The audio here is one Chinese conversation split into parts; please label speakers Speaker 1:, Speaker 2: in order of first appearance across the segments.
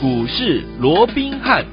Speaker 1: 股市罗宾汉。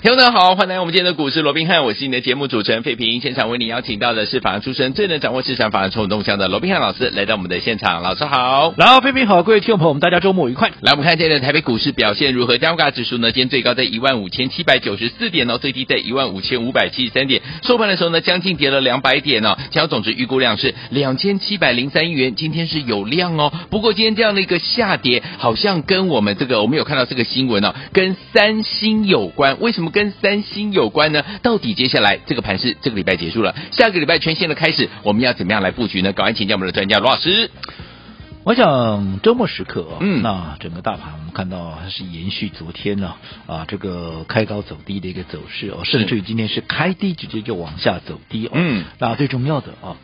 Speaker 2: 听众朋友好，欢迎来到我们今天的股市罗宾汉，我是你的节目主持人费平。现场为你邀请到的是法律出身、最能掌握市场法律冲动向的罗宾汉老师，来到我们的现场，老师好。
Speaker 1: 然后，飞平好，各位听众朋友们，大家周末愉快。
Speaker 2: 来，我们看今天的台北股市表现如何？加权指数呢，今天最高在15,794点哦，最低在15,573点，收盘的时候呢，将近跌了200点哦。成交总值预估量是2,703亿元，今天是有量哦。不过今天这样的一个下跌，好像跟我们这个我们有看到这个新闻哦，跟三星有关。为什么跟三星有关呢？到底接下来这个盘是这个礼拜结束了，下个礼拜全线的开始，我们要怎么样来布局呢？赶快请教我们的专家罗老师。
Speaker 1: 我想周末时刻、哦，
Speaker 2: 嗯
Speaker 1: 那整个大盘我们看到它是延续昨天呢啊这个开高走低的一个走势哦，甚至于今天是开低直接就往下走低哦。
Speaker 2: 嗯，
Speaker 1: 那最重要的啊，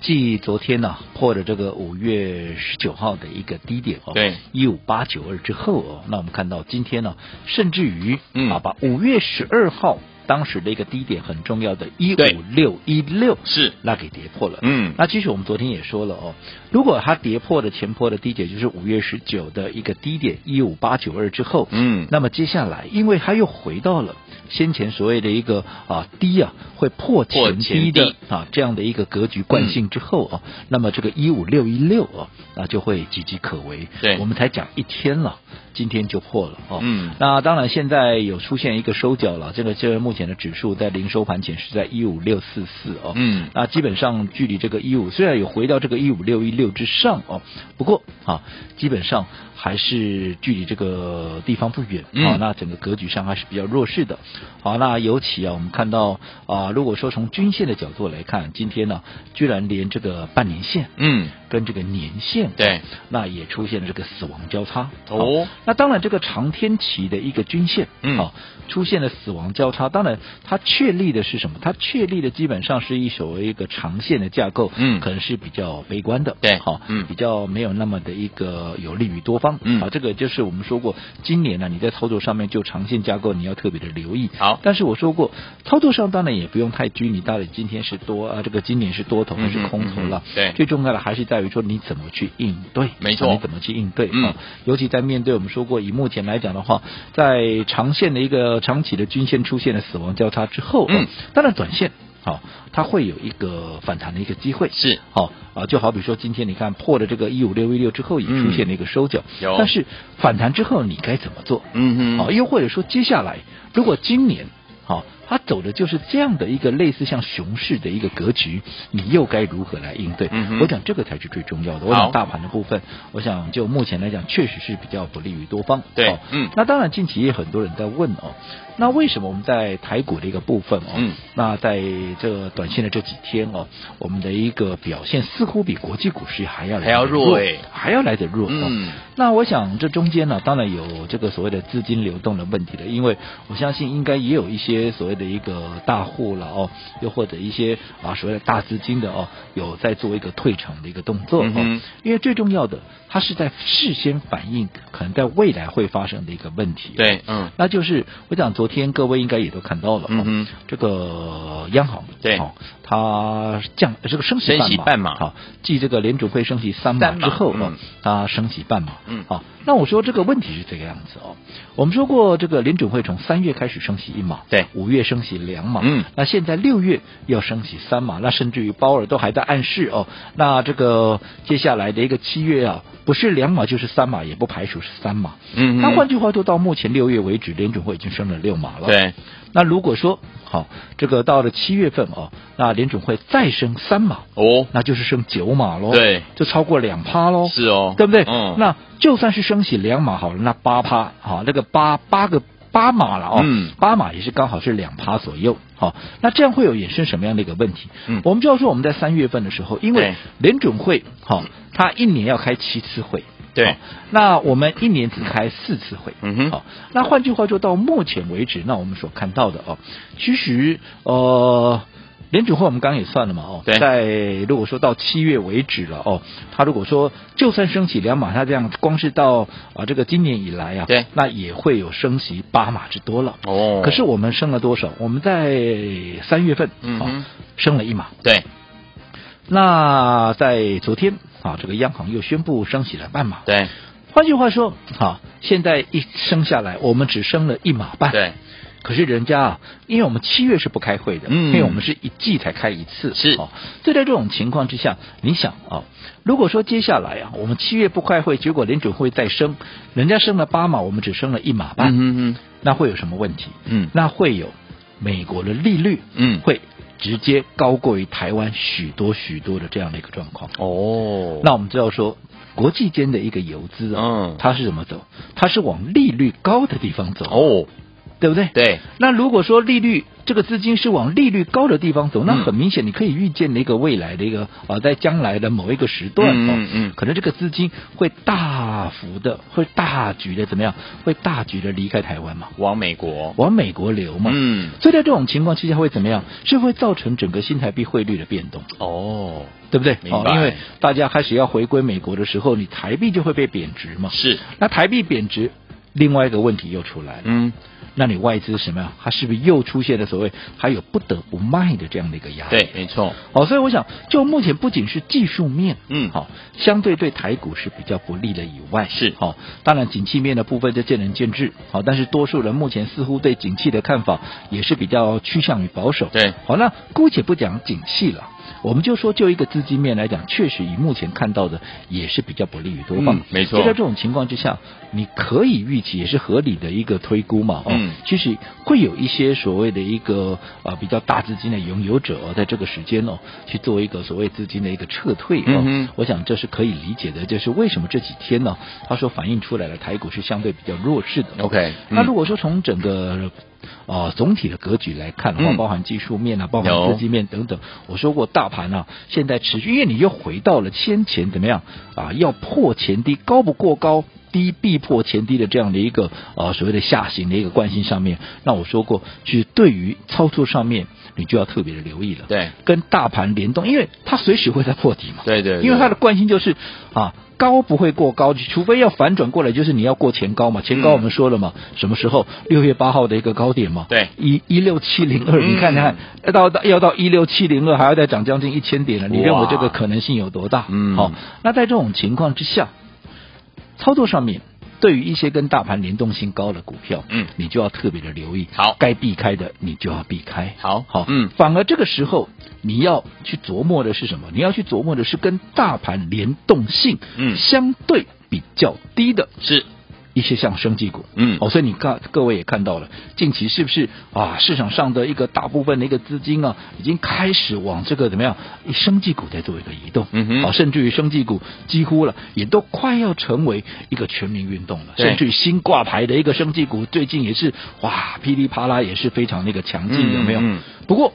Speaker 1: 继昨天呢、破了这个五月十九号的一个低点哦，
Speaker 2: 对，
Speaker 1: 一五八九二之后哦，那我们看到今天呢、甚至于
Speaker 2: 嗯
Speaker 1: 啊把五月十二号当时的一个低点很重要的一
Speaker 2: 对
Speaker 1: 五六一六
Speaker 2: 是
Speaker 1: 那给跌破了，
Speaker 2: 嗯
Speaker 1: 那其实我们昨天也说了哦，如果它跌破了前坡的低点，就是五月十九的一个低点一五八九二之后，
Speaker 2: 嗯
Speaker 1: 那么接下来因为它又回到了先前所谓的一个啊低啊会破前低
Speaker 2: 破前嗯
Speaker 1: 的啊这样的一个格局惯性之后啊，那么这个一五六一六啊，那就会岌岌可危。
Speaker 2: 对
Speaker 1: 我们才讲一天了，今天就破了哦。
Speaker 2: 嗯
Speaker 1: 那当然，现在有出现一个收脚了，这个这个目前的指数在零收盘前是在一五六四四哦，
Speaker 2: 嗯
Speaker 1: 那基本上距离这个一五虽然有回到这个一五六一六之上哦，不过啊，基本上还是距离这个地方不远
Speaker 2: 嗯
Speaker 1: 啊，那整个格局上还是比较弱势的。好，那尤其啊，我们看到啊，如果说从均线的角度来看，今天呢、居然连这个半年线
Speaker 2: 嗯，
Speaker 1: 跟这个年线
Speaker 2: 对，
Speaker 1: 那也出现了这个死亡交叉
Speaker 2: 哦
Speaker 1: 好那当然，这个长天期的一个均线，
Speaker 2: 嗯
Speaker 1: 好、出现了死亡交叉。当然，它确立的是什么？它确立的基本上是一所谓一个长线的架构，
Speaker 2: 嗯
Speaker 1: 可能是比较悲观的，
Speaker 2: 对
Speaker 1: 好、
Speaker 2: 嗯
Speaker 1: 比较没有那么的一个有利于多方，
Speaker 2: 嗯
Speaker 1: 啊，这个就是我们说过，今年呢、你在操作上面就长线架构你要特别的留意，
Speaker 2: 好，
Speaker 1: 但是我说过，操作上当然也不用太拘泥，到底今天是多啊，这个今年是多头还是空头了
Speaker 2: 嗯。嗯嗯对
Speaker 1: 最重要的还是在于说你怎么去应对，
Speaker 2: 没错
Speaker 1: 啊你怎么去应对
Speaker 2: 嗯
Speaker 1: 啊？尤其在面对我们说过，以目前来讲的话，在长线的一个长期的均线出现了死亡交叉之后，
Speaker 2: 嗯
Speaker 1: 啊，当然短线。好、它会有一个反弹的一个机会，
Speaker 2: 是
Speaker 1: 好、啊，就好比说今天你看破了这个一五六一六之后，也出现了一个收脚，
Speaker 2: 嗯有
Speaker 1: 但是反弹之后你该怎么做？
Speaker 2: 嗯
Speaker 1: 好、
Speaker 2: 哼，
Speaker 1: 啊又或者说接下来如果今年好、它走的就是这样的一个类似像熊市的一个格局，你又该如何来应对？
Speaker 2: 嗯哼
Speaker 1: 我想这个才是最重要的。我
Speaker 2: 好
Speaker 1: 想大盘的部分，我想就目前来讲，确实是比较不利于多方。
Speaker 2: 对
Speaker 1: 哦
Speaker 2: 嗯
Speaker 1: 那当然，近期也很多人在问哦，那为什么我们在台股的一个部分哦，
Speaker 2: 嗯
Speaker 1: 那在这个短线的这几天哦，我们的一个表现似乎比国际股市还要来
Speaker 2: 还要
Speaker 1: 得
Speaker 2: 弱哎
Speaker 1: 还要来得弱。哦
Speaker 2: 嗯
Speaker 1: 那我想这中间呢，当然有这个所谓的资金流动的问题了，因为我相信应该也有一些所谓的一个大户了哦，又或者一些啊所谓的大资金的哦，有在做一个退场的一个动作哦，
Speaker 2: 嗯哼
Speaker 1: 因为最重要的，它是在事先反映可能在未来会发生的一个问题。。
Speaker 2: 对，嗯，
Speaker 1: 那就是我想，昨天各位应该也都看到了、哦，
Speaker 2: 嗯哼
Speaker 1: 这个央行
Speaker 2: 对
Speaker 1: 哦，它降这个升息
Speaker 2: 升息半码
Speaker 1: 好、继这个联储会升息三码
Speaker 2: 三码
Speaker 1: 之后哦
Speaker 2: 嗯，
Speaker 1: 它升息半码，
Speaker 2: 嗯
Speaker 1: 好、那我说这个问题是这个样子哦，我们说过这个联储会从三月开始升息一码，
Speaker 2: 对
Speaker 1: 五月升息两码，
Speaker 2: 嗯
Speaker 1: 那现在六月要升息三码，那甚至于鲍尔都还在暗示哦，那这个接下来的一个七月啊，不是两码就是三码，也不排除是三码，
Speaker 2: 嗯哼
Speaker 1: 那换句话说，到目前六月为止，联准会已经升了六码了。。
Speaker 2: 对，
Speaker 1: 那如果说好，这个到了七月份哦，那联准会再升三码，
Speaker 2: 哦，
Speaker 1: 那就是升九码喽。
Speaker 2: 对。
Speaker 1: 就超过两趴喽。
Speaker 2: 是哦，
Speaker 1: 对不对？
Speaker 2: 嗯，
Speaker 1: 那就算是升息两码好了，那八趴，好，那个八八个八码了哦，
Speaker 2: 嗯
Speaker 1: 八码也是刚好是两趴左右，好，那这样会有衍生什么样的一个问题？
Speaker 2: 嗯
Speaker 1: 我们就要说我们在三月份的时候，因为
Speaker 2: 对
Speaker 1: 联准会，好，它一年要开七次会，
Speaker 2: 对
Speaker 1: 好，那我们一年只开四次会，
Speaker 2: 嗯哼
Speaker 1: 好，那换句话说，到目前为止，那我们所看到的哦，其实呃。联储会我们刚刚也算了嘛，哦，
Speaker 2: 对
Speaker 1: 在如果说到七月为止了，哦，它如果说就算升息两码，它这样光是到啊这个今年以来啊，
Speaker 2: 对
Speaker 1: 那也会有升息八码之多了。
Speaker 2: 哦，
Speaker 1: 可是我们升了多少？我们在三月份，
Speaker 2: 嗯哼
Speaker 1: 哦，升了一码，
Speaker 2: 对，
Speaker 1: 那在昨天啊，这个央行又宣布升息了半码。
Speaker 2: 对，
Speaker 1: 换句话说，好，现在一升下来，我们只升了一码半。。
Speaker 2: 对，
Speaker 1: 可是人家啊，因为我们七月是不开会的，
Speaker 2: 嗯
Speaker 1: 因为我们是一季才开一次，
Speaker 2: 是
Speaker 1: 哦。所以在这种情况之下，你想啊，如果说接下来啊，我们七月不开会，结果联准会再升，人家升了八码，我们只升了一码半，
Speaker 2: 嗯嗯
Speaker 1: 那会有什么问题？
Speaker 2: 嗯
Speaker 1: 哎那会有美国的利率
Speaker 2: 嗯，
Speaker 1: 会直接高过于台湾许多许多的这样的一个状况。
Speaker 2: 哦
Speaker 1: 那我们知道说，国际间的一个游资啊，
Speaker 2: 嗯
Speaker 1: 它是怎么走？它是往利率高的地方走，
Speaker 2: 哦，
Speaker 1: 对不对？
Speaker 2: 对，
Speaker 1: 那如果说利率这个资金是往利率高的地方走，那
Speaker 2: 嗯
Speaker 1: 很明显你可以预见的一个未来的一个啊、呃在将来的某一个时段
Speaker 2: 嗯
Speaker 1: 哦，
Speaker 2: 嗯嗯
Speaker 1: 可能这个资金会大幅的、会大举的怎么样？会大举的离开台湾嘛，
Speaker 2: 往美国，
Speaker 1: 往美国流嘛。
Speaker 2: 哦嗯，
Speaker 1: 所以在这种情况之下会怎么样？是会造成整个新台币汇率的变动，
Speaker 2: 哦，
Speaker 1: 对不对？
Speaker 2: 明白
Speaker 1: 因为大家开始要回归美国的时候，你台币就会被贬值嘛。
Speaker 2: 是，
Speaker 1: 那台币贬值，另外一个问题又出来了。
Speaker 2: 嗯，
Speaker 1: 那你外资什么呀？它是不是又出现了所谓还有不得不卖的这样的一个压力？
Speaker 2: 对，没错，
Speaker 1: 好，所以我想，就目前不仅是技术面，
Speaker 2: 嗯
Speaker 1: 好，相对对台股是比较不利的以外，
Speaker 2: 是
Speaker 1: 好，当然景气面的部分就见仁见智，好，但是多数人目前似乎对景气的看法也是比较趋向于保守，
Speaker 2: 对，
Speaker 1: 好，那姑且不讲景气了，我们就说就一个资金面来讲，确实以目前看到的也是比较不利于多方，
Speaker 2: 嗯没错
Speaker 1: 所以在这种情况之下，你可以预期也是合理的一个推估嘛，哦，
Speaker 2: 嗯
Speaker 1: 其实会有一些所谓的一个呃比较大资金的拥有者、哦，在这个时间哦去做一个所谓资金的一个撤退哦，
Speaker 2: 嗯哼
Speaker 1: 我想这是可以理解的，就是为什么这几天呢、它所反映出来的台股是相对比较弱势的。
Speaker 2: OK，嗯
Speaker 1: 那如果说从整个呃总体的格局来看的话，
Speaker 2: 嗯
Speaker 1: 包含技术面啊，包
Speaker 2: 有
Speaker 1: 含资金面等等，我说过大盘啊，现在持续，因为你又回到了先前怎么样啊，要破前低，高不过高。低必破前低的这样的一个呃所谓的下行的一个惯性上面，那我说过，就是对于操作上面你就要特别的留意了，
Speaker 2: 对，
Speaker 1: 跟大盘联动，因为它随时会在破底嘛，
Speaker 2: 对对，
Speaker 1: 因为它
Speaker 2: 的
Speaker 1: 的惯性就是啊，高不会过高，除非要反转过来，就是你要过前高嘛。前高我们说了嘛，什么时候？六月八号的一个高点嘛。
Speaker 2: 对
Speaker 1: 一一六七零二，
Speaker 2: 嗯
Speaker 1: 你看看，要到到要到一六七零二，还要再涨将近一千点了，你认为
Speaker 2: 哇
Speaker 1: 这个可能性有多大？
Speaker 2: 嗯
Speaker 1: 好，那在这种情况之下，操作上面。对于一些跟大盘联动性高的股票，
Speaker 2: 嗯
Speaker 1: 你就要特别的留意，
Speaker 2: 好
Speaker 1: 该避开的你就要避开，
Speaker 2: 好
Speaker 1: 好，
Speaker 2: 嗯
Speaker 1: 反而这个时候你要去琢磨的是什么？你要去琢磨的是跟大盘联动性
Speaker 2: 嗯
Speaker 1: 相对比较低的
Speaker 2: 是，
Speaker 1: 一些像生技股。
Speaker 2: 嗯，
Speaker 1: 哦，所以你看，各位也看到了，近期是不是啊？市场上的一个大部分的一个资金啊，已经开始往这个怎么样，以生技股在做一个移动，
Speaker 2: 嗯哼
Speaker 1: 哦，甚至于生技股几乎了，也都快要成为一个全民运动了，
Speaker 2: 对
Speaker 1: 甚至于新挂牌的一个生技股，最近也是哇，噼里啪啦也是非常那个强劲，
Speaker 2: 嗯
Speaker 1: 有没有？
Speaker 2: 嗯
Speaker 1: 不过，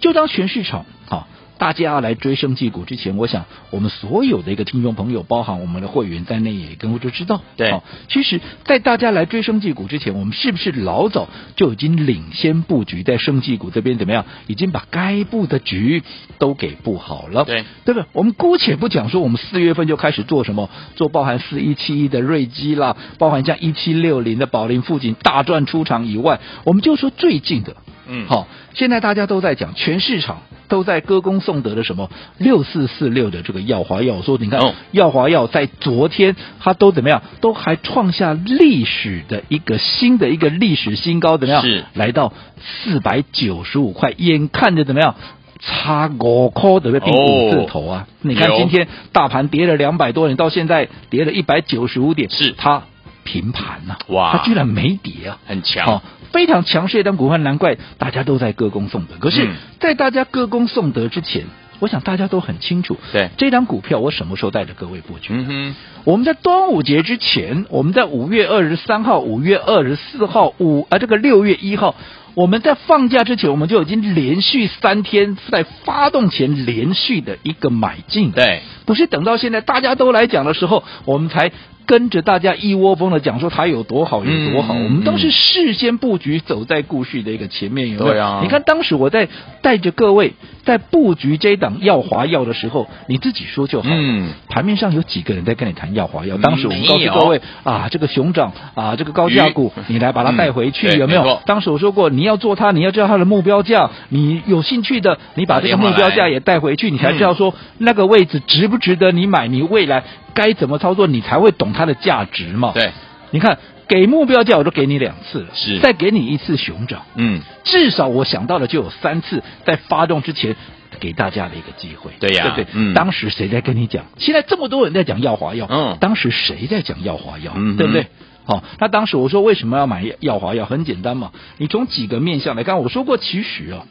Speaker 1: 就当全市场好。啊大家要来追生技股之前，我想我们所有的一个听众朋友，包含我们的会员在内，也跟都知道，
Speaker 2: 对
Speaker 1: 好其实，在大家来追生技股之前，我们是不是老早就已经领先布局，在生技股这边怎么样，已经把该布的局都给布好了？
Speaker 2: 对，
Speaker 1: 对不对？我们姑且不讲说我们四月份就开始做什么，做包含四一七一的瑞基啦，包含像一七六零的宝林附近大赚出场以外，我们就说最近的，
Speaker 2: 嗯，
Speaker 1: 好、现在大家都在讲，全市场都在歌功颂德的什么六四四六的这个耀华药，我说你看、
Speaker 2: 哦
Speaker 1: 耀华药在昨天它都怎么样，都还创下历史的一个新的一个历史新高，怎么样？
Speaker 2: 是
Speaker 1: 来到四百九十五块，眼看着怎么样？差五块对不对？第五字头啊！你看
Speaker 2: 哦有
Speaker 1: 今天大盘跌了两百多点，到现在跌了一百九十五点，
Speaker 2: 是
Speaker 1: 它平盘呐、
Speaker 2: 哇
Speaker 1: 它居然没跌啊！
Speaker 2: 很
Speaker 1: 好、
Speaker 2: 强，
Speaker 1: 非常强势的一档股票，难怪大家都在歌功颂德。可是
Speaker 2: 嗯，
Speaker 1: 在大家歌功颂德之前，我想大家都很清楚，
Speaker 2: 对
Speaker 1: 这档股票我什么时候带着各位布局？
Speaker 2: 嗯哼，
Speaker 1: 我们在端午节之前，我们在五月二十三号、五月二十四号、五啊这个六月一号，我们在放假之前，我们就已经连续三天在发动前连续的一个买进。
Speaker 2: 对，
Speaker 1: 不是等到现在大家都来讲的时候，我们才跟着大家一窝蜂的讲说它有多好有多好。
Speaker 2: 嗯嗯
Speaker 1: 我们当时事先布局，走在故事的一个前面，有没有？
Speaker 2: 对啊
Speaker 1: 你看当时我在带着各位在布局这一档耀华药的时候，你自己说就好了。
Speaker 2: 嗯，
Speaker 1: 盘面上有几个人在跟你谈耀华药？
Speaker 2: 嗯
Speaker 1: 当时我们告诉各位啊，这个熊掌啊，这个高价股，你来把它带回去，
Speaker 2: 嗯嗯对
Speaker 1: 有没
Speaker 2: 没
Speaker 1: 有
Speaker 2: 错？
Speaker 1: 当时我说过，你要做它，你要知道它的目标价，你有兴趣
Speaker 2: 嗯
Speaker 1: 的，你把这个目标价也带回去，你才知道说那个位置值不值得你买，你未来该怎么操作，你才会懂它的价值嘛。，
Speaker 2: 对，
Speaker 1: 你看给目标价我都给你两次了，
Speaker 2: 是
Speaker 1: 再给你一次熊掌，
Speaker 2: 嗯，
Speaker 1: 至少我想到的就有三次，在发动之前给大家的一个机会。
Speaker 2: 对呀
Speaker 1: 对不对？
Speaker 2: 嗯
Speaker 1: 当时谁在跟你讲？现在这么多人在讲耀华药，
Speaker 2: 嗯
Speaker 1: 当时谁在讲耀华药？
Speaker 2: 嗯哼
Speaker 1: 对不对？好、那当时我说为什么要买耀华药？很简单嘛，你从几个面向来看，我说过，其实啊，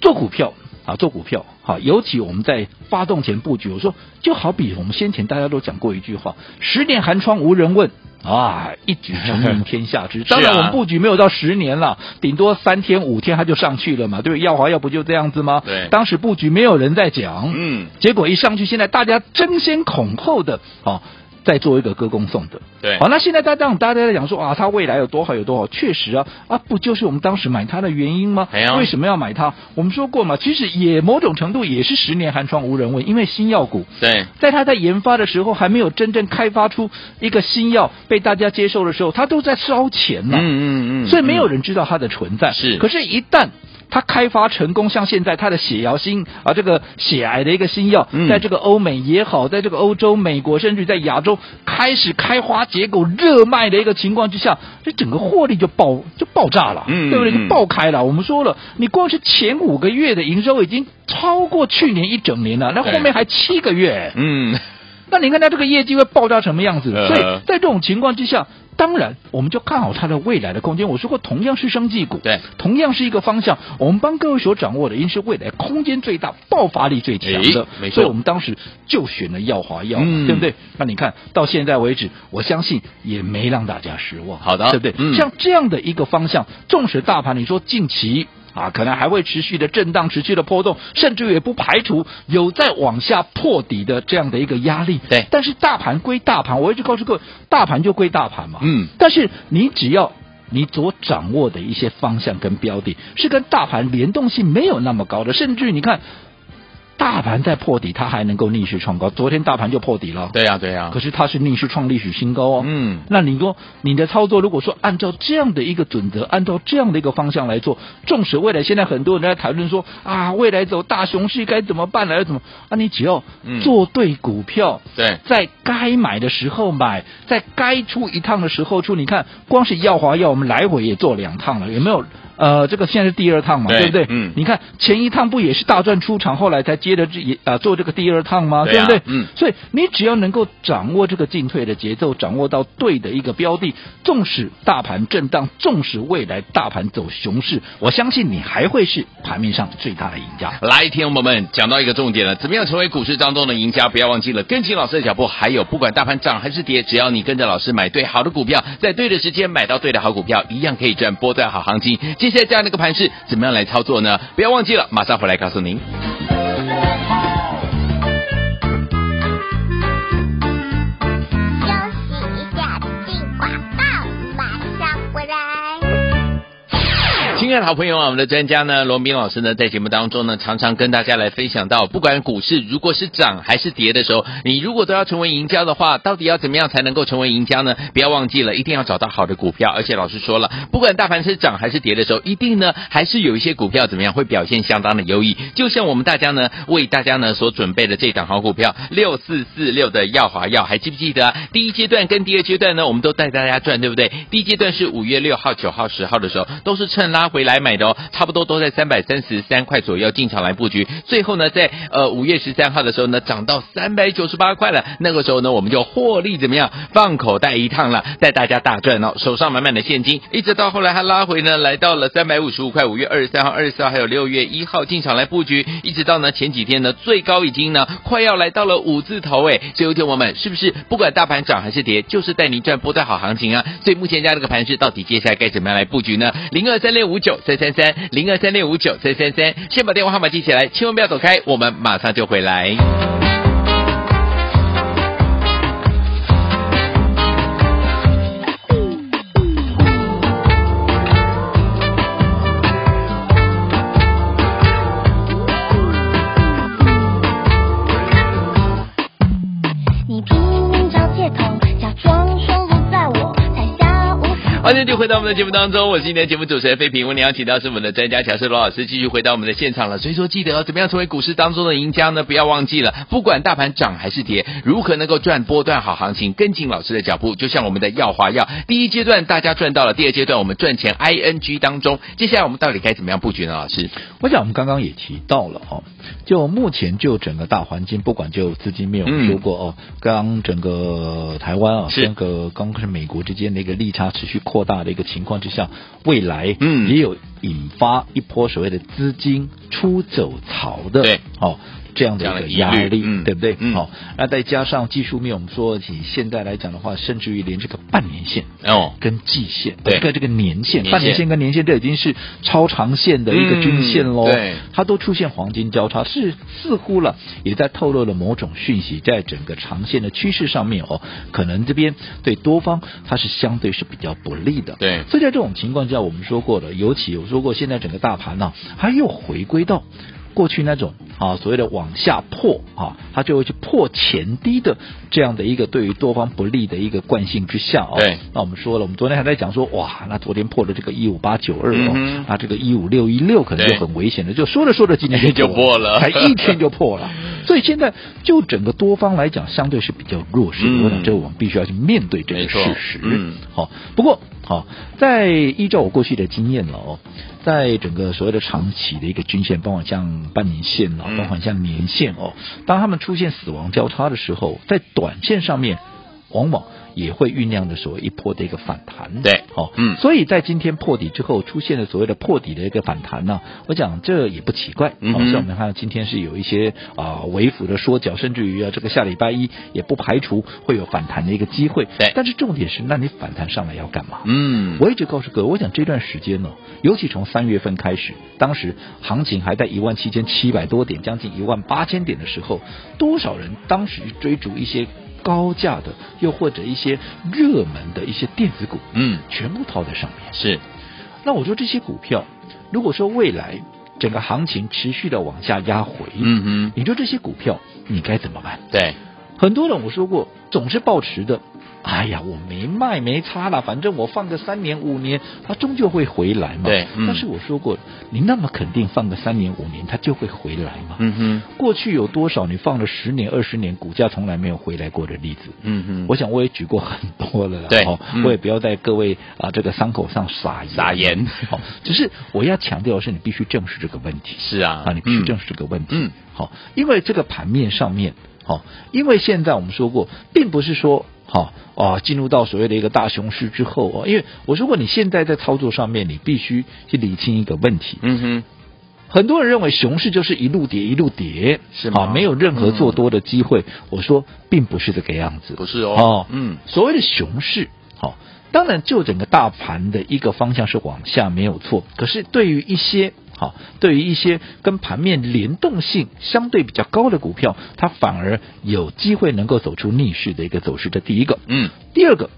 Speaker 1: 做股票啊，做股票好，尤其我们在发动前布局，我说就好比我们先前大家都讲过一句话：十年寒窗无人问啊，一举成名天下
Speaker 2: 啊
Speaker 1: 知。当然，我们布局没有到十年了，顶多三天五天它就上去了嘛，对不对？耀华药不就这样子吗？
Speaker 2: 对
Speaker 1: 当时布局没有人在讲，
Speaker 2: 嗯，
Speaker 1: 结果一上去，现在大家争先恐后的啊，在做一个歌功颂德。
Speaker 2: 对
Speaker 1: 好，那现在大家大家在讲说啊，它未来有多好有多好，确实啊啊，不就是我们当时买它的原因吗？
Speaker 2: 哎呀
Speaker 1: 为什么要买它？我们说过嘛，其实也某种程度也是十年寒窗无人问，因为新药股。
Speaker 2: 对，
Speaker 1: 在它在研发的时候，还没有真正开发出一个新药被大家接受的时候，它都在烧钱
Speaker 2: 嗯
Speaker 1: 呢、
Speaker 2: 嗯嗯，
Speaker 1: 所以没有
Speaker 2: 嗯
Speaker 1: 人知道它的存在。
Speaker 2: 是
Speaker 1: 可是，一旦它开发成功，像现在它的血药新啊，这个血癌的一个新药，
Speaker 2: 嗯
Speaker 1: 在这个欧美也好，在这个欧洲、美国，甚至在亚洲开始开花结果、热卖的一个情况之下，这整个获利就爆就爆炸了，
Speaker 2: 嗯
Speaker 1: 对不对？
Speaker 2: 嗯
Speaker 1: 就爆开了。我们说了，你光是前五个月的营收已经超过去年一整年了，那
Speaker 2: 对
Speaker 1: 后面还七个月，
Speaker 2: 嗯，
Speaker 1: 那你看它这个业绩会爆炸成什么样子？
Speaker 2: 呃
Speaker 1: 所以在这种情况之下，当然我们就看好它的未来的空间。我说过，同样是生技股，
Speaker 2: 对，
Speaker 1: 同样是一个方向，我们帮各位所掌握的，因是未来空间最大、爆发力最强的
Speaker 2: 诶，没错
Speaker 1: 所以我们当时就选了耀华药，
Speaker 2: 嗯
Speaker 1: 对不对？那你看到现在为止，我相信也没让大家失望，
Speaker 2: 好的
Speaker 1: 对不对？
Speaker 2: 嗯
Speaker 1: 像这样的一个方向，纵使大盘你说近期。啊，可能还会持续的震荡，持续的波动，甚至也不排除有再往下破底的这样的一个压力。
Speaker 2: 对
Speaker 1: 但是大盘归大盘，我一直告诉各位，大盘就归大盘嘛。
Speaker 2: 嗯，
Speaker 1: 但是你只要你所掌握的一些方向跟标的是跟大盘联动性没有那么高的，甚至你看大盘在破底，它还能够逆势创高。昨天大盘就破底了，
Speaker 2: 对呀对呀
Speaker 1: 可，是它是逆势创历史新高哦。
Speaker 2: 嗯，
Speaker 1: 那你说你的操作，如果说按照这样的一个准则，按照这样的一个方向来做，纵使未来现在很多人在谈论说啊，未来走大熊市该怎么办呢？要怎么啊？你只要
Speaker 2: 嗯
Speaker 1: 做对股票，
Speaker 2: 对，
Speaker 1: 在该买的时候买，在该出一趟的时候出。你看，光是耀华药，我们来回也做两趟了，有没有？呃，这个现在是第二趟嘛，
Speaker 2: 对
Speaker 1: 对不对？
Speaker 2: 嗯
Speaker 1: 你看前一趟不也是大赚出场，后来才接着这也啊、做这个第二趟吗？
Speaker 2: 对啊
Speaker 1: 不对？
Speaker 2: 嗯
Speaker 1: 所以你只要能够掌握这个进退的节奏，掌握到对的一个标的，纵使大盘震荡，纵使未来大盘走熊市，我相信你还会是盘面上最大的赢家。
Speaker 2: 来，听众朋友们，讲到一个重点了，怎么样成为股市当中的赢家？不要忘记了跟紧老师的脚步，还有不管大盘涨还是跌，只要你跟着老师买对好的股票，在对的时间买到对的好股票，一样可以赚波段好行情。接下来这样的一个盘势，怎么样来操作呢？不要忘记了，马上回来告诉您。
Speaker 3: 休息一下，进广告，马上回来。
Speaker 2: 亲爱的好朋友啊，我们的专家呢，罗明老师呢，在节目当中呢，常常跟大家来分享到，不管股市如果是涨还是跌的时候，你如果都要成为赢家的话，到底要怎么样才能够成为赢家呢？不要忘记了，一定要找到好的股票。而且老师说了，不管大盘是涨还是跌的时候，一定呢还是有一些股票怎么样会表现相当的优异。就像我们大家呢为大家呢所准备的这档好股票六四四六的耀华药，还记不记得、啊？第一阶段跟第二阶段呢，我们都带大家赚，对不对？第一阶段是五月六号、九号、十号的时候，都是趁拉回来买的哦，差不多都在三百三十三块左右进场来布局。最后呢，在呃五月十三号的时候呢，涨到三百九十八块了。那个时候呢，我们就获利怎么样放口袋一趟了，带大家大赚哦，手上满满的现金。一直到后来它拉回呢，来到了三百五十五块，五月二十三号、二十四号还有六月一号进场来布局，一直到呢前几天呢最高已经呢快要来到了五字头哎，所以有天我们是不是不管大盘涨还是跌，就是带你赚波段好行情啊？所以目前这样的一个盘势，到底接下来该怎么样来布局呢？零二三六五九三三三，零二三六五九三三三，先把电话号码记起来，千万不要走开，我们马上就回来。
Speaker 4: 你拼命找借口，假装说不在我，才下午。
Speaker 2: 欢迎就回到我们的节目当中，我是今天的节目主持人费平，为您邀请到是我们的专家乔治罗老师，继续回到我们的现场了。所以说，记得、哦、怎么样成为股市当中的赢家呢？不要忘记了，不管大盘涨还是跌，如何能够赚波段好行情，跟紧老师的脚步，就像我们的耀华药，第一阶段大家赚到了，第二阶段我们赚钱 ing 当中，接下来我们到底该怎么样布局呢？老师，
Speaker 1: 我想我们刚刚也提到了哦，就目前就整个大环境，不管就资金面，我们说过哦，刚整个台湾啊，
Speaker 2: 嗯是
Speaker 1: 整个刚是美国之间的一个利差持续扩大的一个情况之下，未来
Speaker 2: 嗯
Speaker 1: 也有引发一波所谓的资金出走潮的，
Speaker 2: 对，
Speaker 1: 哦。这样的一个压
Speaker 2: 这样的疑
Speaker 1: 力
Speaker 2: 虑，嗯
Speaker 1: 对不对？
Speaker 2: 嗯
Speaker 1: 好、那再加上技术面，我们说以现在来讲的话，甚至于连这个半年线，
Speaker 2: 哦，
Speaker 1: 跟季线，
Speaker 2: 对
Speaker 1: 跟这个年线，
Speaker 2: 年线
Speaker 1: 半年线跟年线，这已经是超长线的一个均线喽、
Speaker 2: 嗯对
Speaker 1: 它都出现黄金交叉，是似乎了，也在透露了某种讯息，在整个长线的趋势上面哦，可能这边对多方它是相对是比较不利的。
Speaker 2: 对，
Speaker 1: 所以在这种情况下，我们说过了，尤其我说过，现在整个大盘呢、它又回归到。过去那种啊，所谓的往下破啊，它就会去破前低的这样的一个对于多方不利的一个惯性之下哦。
Speaker 2: 对
Speaker 1: 那我们说了，我们昨天还在讲说，哇，那昨天破了这个一五八九二哦，
Speaker 2: 嗯哼
Speaker 1: 那这个一五六一六可能就
Speaker 2: 对
Speaker 1: 很危险了，就说着说着今天
Speaker 2: 就破了
Speaker 1: 才一天就破 了。所以现在就整个多方来讲，相对是比较弱势的。
Speaker 2: 嗯
Speaker 1: 我想这我们必须要去面对这
Speaker 2: 没
Speaker 1: 个
Speaker 2: 错
Speaker 1: 事实。
Speaker 2: 嗯
Speaker 1: 好，不过好，在依照我过去的经验了哦，在整个所谓的长期的一个均线，包括像半年线了，
Speaker 2: 嗯
Speaker 1: 包括像年线哦，当他们出现死亡交叉的时候，在短线上面往往也会酝酿着所谓一波的一个反弹。
Speaker 2: 对
Speaker 1: 好、
Speaker 2: 嗯
Speaker 1: 所以在今天破底之后出现了所谓的破底的一个反弹呢、我讲这也不奇怪。好、
Speaker 2: 嗯
Speaker 1: 像
Speaker 2: 哼
Speaker 1: 我们看到今天是有一些啊微幅的缩脚，甚至于啊这个下礼拜一也不排除会有反弹的一个机会。
Speaker 2: 对
Speaker 1: 但是重点是，那你反弹上来要干嘛？
Speaker 2: 嗯，
Speaker 1: 我一直告诉各位，我讲这段时间呢、尤其从三月份开始，当时行情还在一万七千七百多点，将近一万八千点的时候，多少人当时追逐一些高价的，又或者一些热门的一些电子股，
Speaker 2: 嗯
Speaker 1: 全部套在上面。
Speaker 2: 是
Speaker 1: 那我说这些股票，如果说未来整个行情持续的往下压回，，
Speaker 2: 嗯
Speaker 1: 你说这些股票你该怎么办？
Speaker 2: 哼，对，
Speaker 1: 很多人我说过，总是抱持的，哎呀，我没卖没差啦，反正我放个三年五年，它终究会回来嘛。
Speaker 2: 对嗯
Speaker 1: 但是我说过，你那么肯定放个三年五年，它就会回来嘛？
Speaker 2: 嗯哼，
Speaker 1: 过去有多少你放了十年二十年，股价从来没有回来过的例子？
Speaker 2: 嗯哼，
Speaker 1: 我想我也举过很多了啦，
Speaker 2: 对
Speaker 1: 哦
Speaker 2: 嗯
Speaker 1: 我也不要在各位啊这个伤口上撒盐，
Speaker 2: 撒盐
Speaker 1: 好、只是我要强调的是，你必须正视这个问题
Speaker 2: 是啊，
Speaker 1: 啊，你必须
Speaker 2: 嗯
Speaker 1: 正视这个问题，
Speaker 2: 嗯
Speaker 1: 好、因为这个盘面上面，好、因为现在我们说过，并不是说。好啊，进入到所谓的一个大熊市之后哦，因为我说过，你现在在操作上面，你必须去理清一个问题，
Speaker 2: 嗯哼，
Speaker 1: 很多人认为熊市就是一路跌一路跌，
Speaker 2: 是吗嗯
Speaker 1: 啊，没有任何做多的机会。我说并不是这个样子，
Speaker 2: 不是哦，嗯，
Speaker 1: 所谓的熊市，好、当然就整个大盘的一个方向是往下没有错，可是对于一些好、对于一些跟盘面联动性相对比较高的股票，它反而有机会能够走出逆势的一个走势。这第一个，
Speaker 2: 嗯，
Speaker 1: 第二个，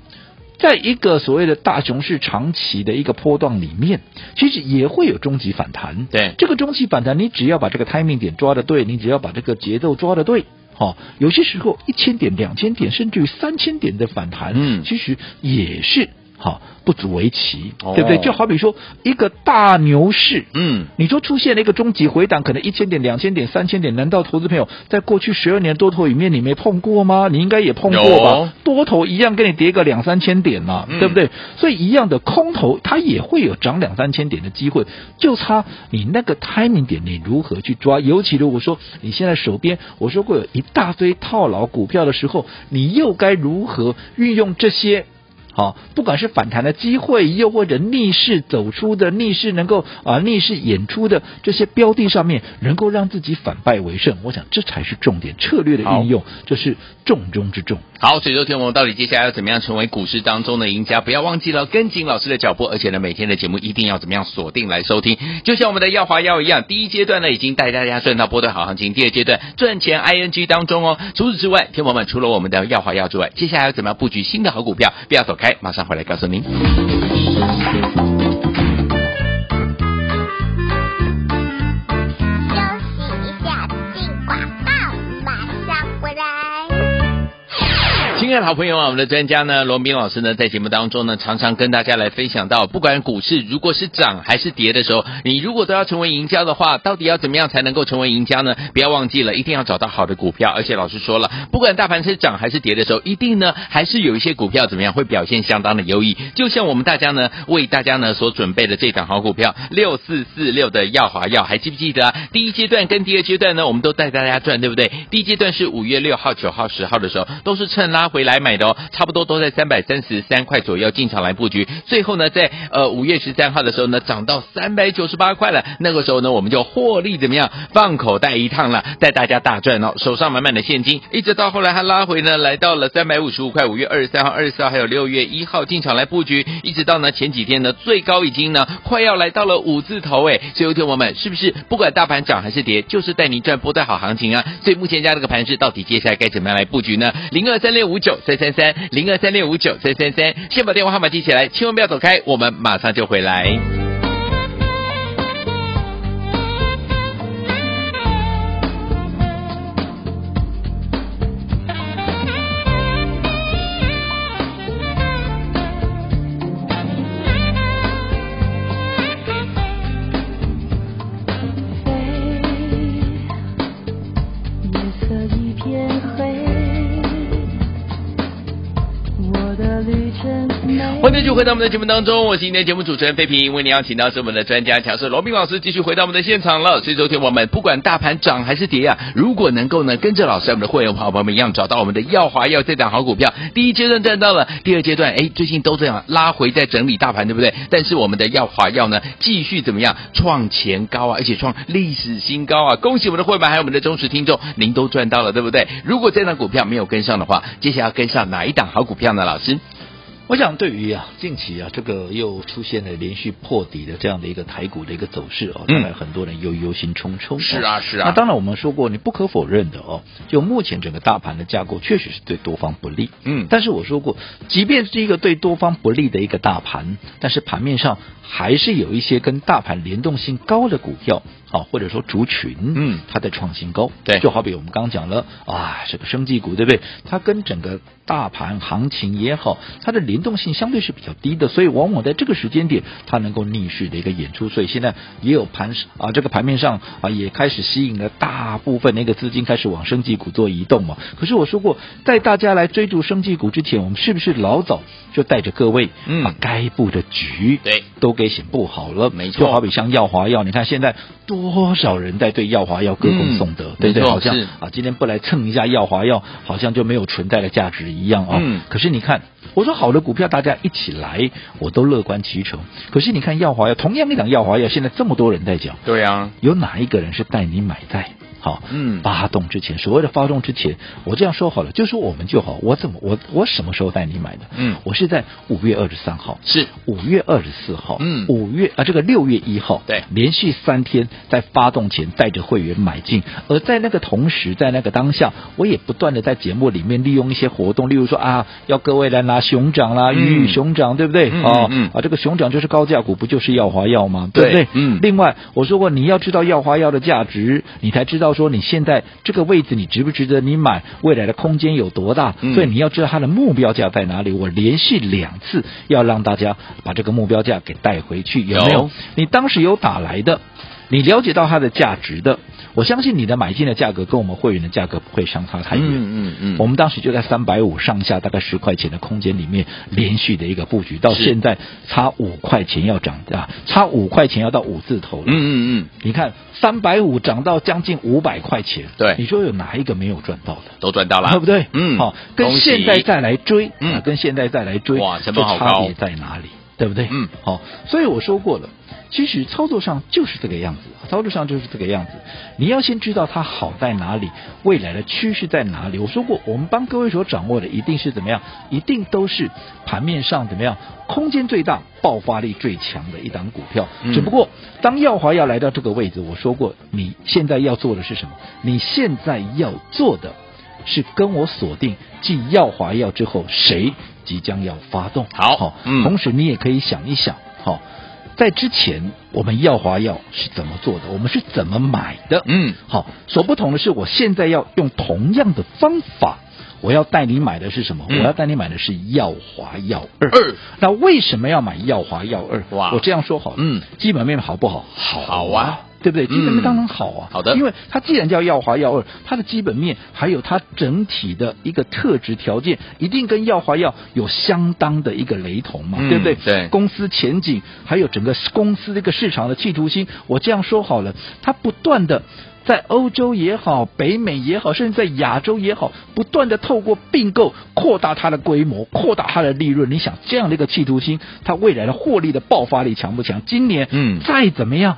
Speaker 1: 在一个所谓的大熊市长期的一个波段里面，其实也会有中级反弹。
Speaker 2: 对
Speaker 1: 这个中期反弹，你只要把这个 timing 点抓的对，你只要把这个节奏抓的对。好、有些时候一千点、两千点，甚至于三千点的反弹，
Speaker 2: 嗯
Speaker 1: 其实也是好、不足为奇，
Speaker 2: 哦
Speaker 1: 对不对？就好比说一个大牛市，
Speaker 2: 嗯，
Speaker 1: 你说出现了一个终极回档，可能一千点、两千点、三千点，难道投资朋友在过去十二年多头里面你没碰过吗？你应该也碰过
Speaker 2: 有
Speaker 1: 吧？多头一样跟你跌个两三千点呐、
Speaker 2: 嗯
Speaker 1: 对不对？所以一样的空头它也会有涨两三千点的机会，就差你那个 timing 点你如何去抓。尤其如果说你现在手边我说过有一大堆套牢股票的时候，你又该如何运用这些？好，不管是反弹的机会，又或者逆势走出的、逆势能够啊逆势演出的这些标的上面，能够让自己反败为胜，我想这才是重点策略的运用，这是重中之重。
Speaker 2: 好，所以说天王到底接下来要怎么样成为股市当中的赢家？不要忘记了跟紧老师的脚步，而且呢，每天的节目一定要怎么样锁定来收听。就像我们的耀华药一样，第一阶段呢已经带大家赚到波段好行情，第二阶段赚钱 ING 当中哦。除此之外，天王们除了我们的耀华药之外，接下来要怎么样布局新的好股票？不要走开，马上回来告诉您。
Speaker 3: 休息一下，进广告，马上回来。
Speaker 2: 亲爱的好朋友啊，我们的专家呢，罗斌老师呢，在节目当中呢，常常跟大家来分享到，不管股市如果是涨还是跌的时候，你如果都要成为赢家的话，到底要怎么样才能够成为赢家呢？不要忘记了，一定要找到好的股票。而且老师说了，不管大盘是涨还是跌的时候，一定呢还是有一些股票怎么样会表现相当的优异。就像我们大家呢为大家呢所准备的这档好股票六四四六的耀华药，还记不记得、啊？第一阶段跟第二阶段呢，我们都带大家赚，对不对？第一阶段是五月六号、九号、十号的时候，都是趁拉回来买的哦，差不多都在三百三十三块左右进场来布局。最后呢，在呃五月十三号的时候呢，涨到三百九十八块了。那个时候呢，我们就获利怎么样，放口袋一趟了，带大家大赚哦，手上满满的现金。一直到后来它拉回呢，来到了三百五十五块，五月二十三号、二十四号还有六月一号进场来布局，一直到呢前几天呢，最高已经呢快要来到了五字头哎。所以，有听我们是不是不管大盘涨还是跌，就是带您赚波段好行情啊？所以目前这样的一个盘势，到底接下来该怎么样来布局呢？零二三六五九三三三，零二三六五九三三三，先把电话号码记起来，千万不要走开，我们马上就回来。
Speaker 4: 飞，夜色一片黑，我的旅程没。
Speaker 2: 欢迎继续回到我们的节目当中，我是今天节目主持人费平，为您邀请到是我们的专家乔氏罗斌老师，继续回到我们的现场了。所以，昨天我们不管大盘涨还是跌啊，如果能够呢跟着老师，我们的会员好朋友们一样找到我们的耀华耀这档好股票，第一阶段赚到了，第二阶段哎最近都这样拉回在整理大盘，对不对？但是我们的耀华耀呢继续怎么样创前高啊，而且创历史新高啊！恭喜我们的会员还有我们的忠实听众，您都赚到了，对不对？如果这档股票没有跟上的话，接下来要跟上哪一档好股票呢？老师？
Speaker 1: 我想对于啊近期啊这个又出现了连续破底的这样的一个台股的一个走势哦，
Speaker 2: 嗯
Speaker 1: 当然很多人又忧心忡忡、哦
Speaker 2: 是啊是 啊
Speaker 1: 那当然我们说过，你不可否认的哦，就目前整个大盘的架构确实是对多方不利。
Speaker 2: 嗯
Speaker 1: 但是我说过，即便是一个对多方不利的一个大盘，但是盘面上还是有一些跟大盘联动性高的股票，啊，或者说族群，
Speaker 2: 嗯
Speaker 1: 它在创新高。
Speaker 2: 对
Speaker 1: 就好比我们刚刚讲了啊，这个生技股，对不对？它跟整个大盘行情也好，它的联动性相对是比较低的，所以往往在这个时间点，它能够逆势的一个演出。所以现在也有盘啊，这个盘面上啊，也开始吸引了大部分的一个资金开始往生技股做移动嘛。可是我说过，在大家来追逐生技股之前，我们是不是老早就带着各位
Speaker 2: 嗯
Speaker 1: 把该布的局
Speaker 2: 对
Speaker 1: 都给显布好了？
Speaker 2: 没错
Speaker 1: 就好比像耀华药，你看现在多少人在对耀华药歌功颂德，
Speaker 2: 嗯
Speaker 1: 对不
Speaker 2: 没
Speaker 1: 对？
Speaker 2: 错
Speaker 1: 好像
Speaker 2: 是
Speaker 1: 啊，今天不来蹭一下耀华药，好像就没有存在的价值一样啊、
Speaker 2: 嗯
Speaker 1: 可是你看，我说好的股票大家一起来，我都乐观其成。可是你看耀华药，同样一档耀华药，现在这么多人在讲，
Speaker 2: 对啊，
Speaker 1: 有哪一个人是带你买在？好，
Speaker 2: 嗯
Speaker 1: 发动之前，所谓的发动之前，我这样说好了，就说我们就好，我怎么我我什么时候带你买的？
Speaker 2: 嗯
Speaker 1: 我是在五月二十三号，
Speaker 2: 是
Speaker 1: 五月二十四号，
Speaker 2: 嗯
Speaker 1: 五月啊，这个六月一号，
Speaker 2: 对
Speaker 1: 连续三天在发动前带着会员买进，而在那个同时，在那个当下，我也不断的在节目里面利用一些活动，例如说啊，要各位来拿熊掌啦，
Speaker 2: 嗯
Speaker 1: 鱼与熊掌，对不对？
Speaker 2: 嗯
Speaker 1: 哦，
Speaker 2: 嗯嗯
Speaker 1: 啊，这个熊掌就是高价股，不就是耀华药吗？对不
Speaker 2: 对
Speaker 1: 对？
Speaker 2: 嗯
Speaker 1: 另外，我说过你要知道耀华药的价值，你才知道说你现在这个位置你值不值得你买，未来的空间有多大。
Speaker 2: 嗯
Speaker 1: 所以你要知道它的目标价在哪里。我连续两次要让大家把这个目标价给带回去，有没有？
Speaker 2: 有
Speaker 1: 你当时有打来的，你了解到它的价值的，我相信你的买进的价格跟我们会员的价格不会相差太远。
Speaker 2: 嗯嗯嗯
Speaker 1: 我们当时就在三百五上下，大概十块钱的空间里面连续的一个布局，到
Speaker 2: 是
Speaker 1: 现在差五块钱要涨啊，差五块钱要到五字头了。
Speaker 2: 嗯嗯嗯，
Speaker 1: 你看三百五涨到将近五百块钱，
Speaker 2: 对
Speaker 1: 你说有哪一个没有赚到的？
Speaker 2: 都赚到了，
Speaker 1: 对啊不对？
Speaker 2: 嗯，
Speaker 1: 好、跟
Speaker 2: 恭喜
Speaker 1: 现在再来追，
Speaker 2: 嗯
Speaker 1: 啊跟现在再来追，
Speaker 2: 哇
Speaker 1: 这
Speaker 2: 成本好
Speaker 1: 差
Speaker 2: 高
Speaker 1: 别在哪里？对不对？
Speaker 2: 嗯，
Speaker 1: 好、所以我说过了，其实操作上就是这个样子，操作上就是这个样子。你要先知道它好在哪里，未来的趋势在哪里。我说过，我们帮各位所掌握的一定是怎么样，一定都是盘面上怎么样，空间最大、爆发力最强的一档股票。
Speaker 2: 嗯
Speaker 1: 只不过，当耀华要来到这个位置，我说过，你现在要做的是什么？你现在要做的是跟我锁定继耀华药之后，谁即将要发动。
Speaker 2: 好嗯
Speaker 1: 同时你也可以想一想，好、在之前我们耀华药是怎么做的，我们是怎么买的，
Speaker 2: 嗯，
Speaker 1: 好，所不同的是，我现在要用同样的方法，我要带你买的是什么？
Speaker 2: 嗯
Speaker 1: 我要带你买的是耀华耀二。
Speaker 2: 二
Speaker 1: 那为什么要买耀华耀二？
Speaker 2: 哇
Speaker 1: 我这样说好了，
Speaker 2: 嗯，
Speaker 1: 基本面好不好？
Speaker 2: 好啊。
Speaker 1: 对不对？基本
Speaker 2: 嗯
Speaker 1: 面当然好啊，
Speaker 2: 好的
Speaker 1: 因为它既然叫耀华耀二，它的基本面还有它整体的一个特质条件，一定跟耀华耀有相当的一个雷同嘛，
Speaker 2: 嗯
Speaker 1: 对不对？
Speaker 2: 对
Speaker 1: 公司前景还有整个公司这个市场的企图心，我这样说好了，它不断的。在欧洲也好，北美也好，甚至在亚洲也好，不断的透过并购扩大它的规模，扩大它的利润。你想这样的一个企图心，它未来的获利的爆发力强不强？今年
Speaker 2: 嗯
Speaker 1: 再怎么样，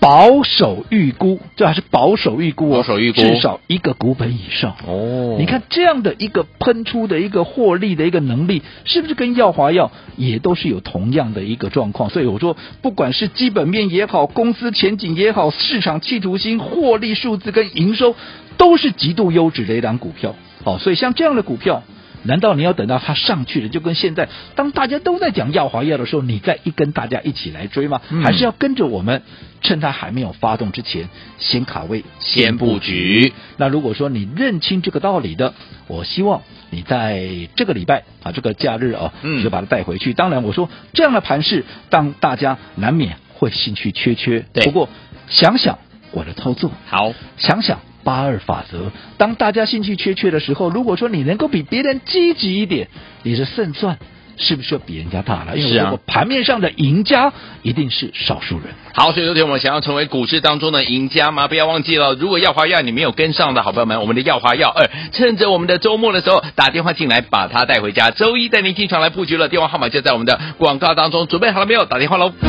Speaker 1: 保守预估，这还是保守预估、哦，
Speaker 2: 保守预估
Speaker 1: 至少一个股本以上。
Speaker 2: 哦
Speaker 1: 你看这样的一个喷出的一个获利的一个能力，是不是跟耀华药也都是有同样的一个状况？所以我说，不管是基本面也好，公司前景也好，市场企图心、获利数字跟营收，都是极度优质的一档股票。哦，所以像这样的股票。难道你要等到它上去了，就跟现在当大家都在讲耀华药的时候，你再一跟大家一起来追吗？
Speaker 2: 嗯
Speaker 1: 还是要跟着我们，趁它还没有发动之前，先卡位，
Speaker 2: 先布局，
Speaker 1: 那如果说你认清这个道理的，我希望你在这个礼拜啊，这个假日啊，
Speaker 2: 嗯
Speaker 1: 就把它带回去。当然，我说这样的盘势，让大家难免会兴趣缺缺。
Speaker 2: 对
Speaker 1: 不过想想我的操作，
Speaker 2: 好，
Speaker 1: 想想八二法则，当大家兴趣缺缺的时候，如果说你能够比别人积极一点，你的胜算。是不是要比人家大了？因为
Speaker 2: 是
Speaker 1: 我
Speaker 2: 啊
Speaker 1: 说过盘面上的赢家一定是少数人。
Speaker 2: 好，所以昨天我们想要成为股市当中的赢家吗？不要忘记了，如果耀华药你没有跟上的好朋友们，我们的耀华药二，趁着我们的周末的时候打电话进来，把它带回家。周一带您进场来布局了，电话号码就在我们的广告当中，准备好了没有？打电话喽。
Speaker 3: 休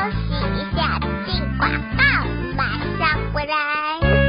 Speaker 3: 息一下，进广告，马上回来。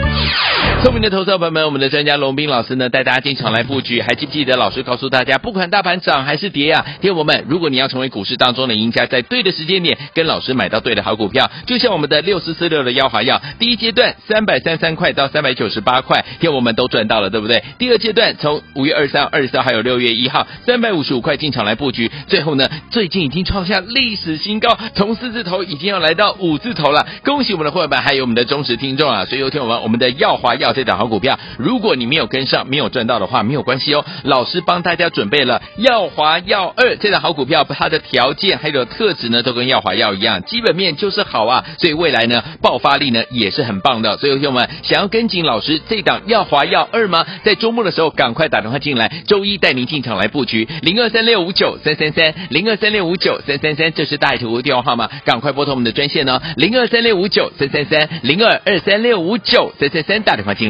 Speaker 2: 聪明的投资者朋友们，我们的专家龙斌老师呢，带大家进场来布局。还记不记得老师告诉大家，不管大盘涨还是跌啊，听我们，如果你要成为股市当中的赢家，在对的时间点跟老师买到对的好股票，就像我们的六四四六的耀华药，第一阶段三百三三块到三百九十八块，听我们都赚到了，对不对？第二阶段从五月二三、二十三还有六月一号三百五十五块进场来布局，最后呢，最近已经创下历史新高，从四字头已经要来到五字头了。恭喜我们的会员们，还有我们的忠实听众啊！所以有听我们我们的耀华耀这档好股票，如果你没有跟上，没有赚到的话，没有关系哦。老师帮大家准备了耀华耀二这档好股票，它的条件还有特质呢，都跟耀华耀一样，基本面就是好啊，所以未来呢爆发力呢也是很棒的。所以有听我们想要跟紧老师这档耀华耀二吗？在周末的时候赶快打电话进来，周一带您进场来布局零二三六五九三三三零二三六五九三三三，这是大图的电话号码，赶快拨通我们的专线哦，零二三六五九三三三零二二三六五九三三三，打电话进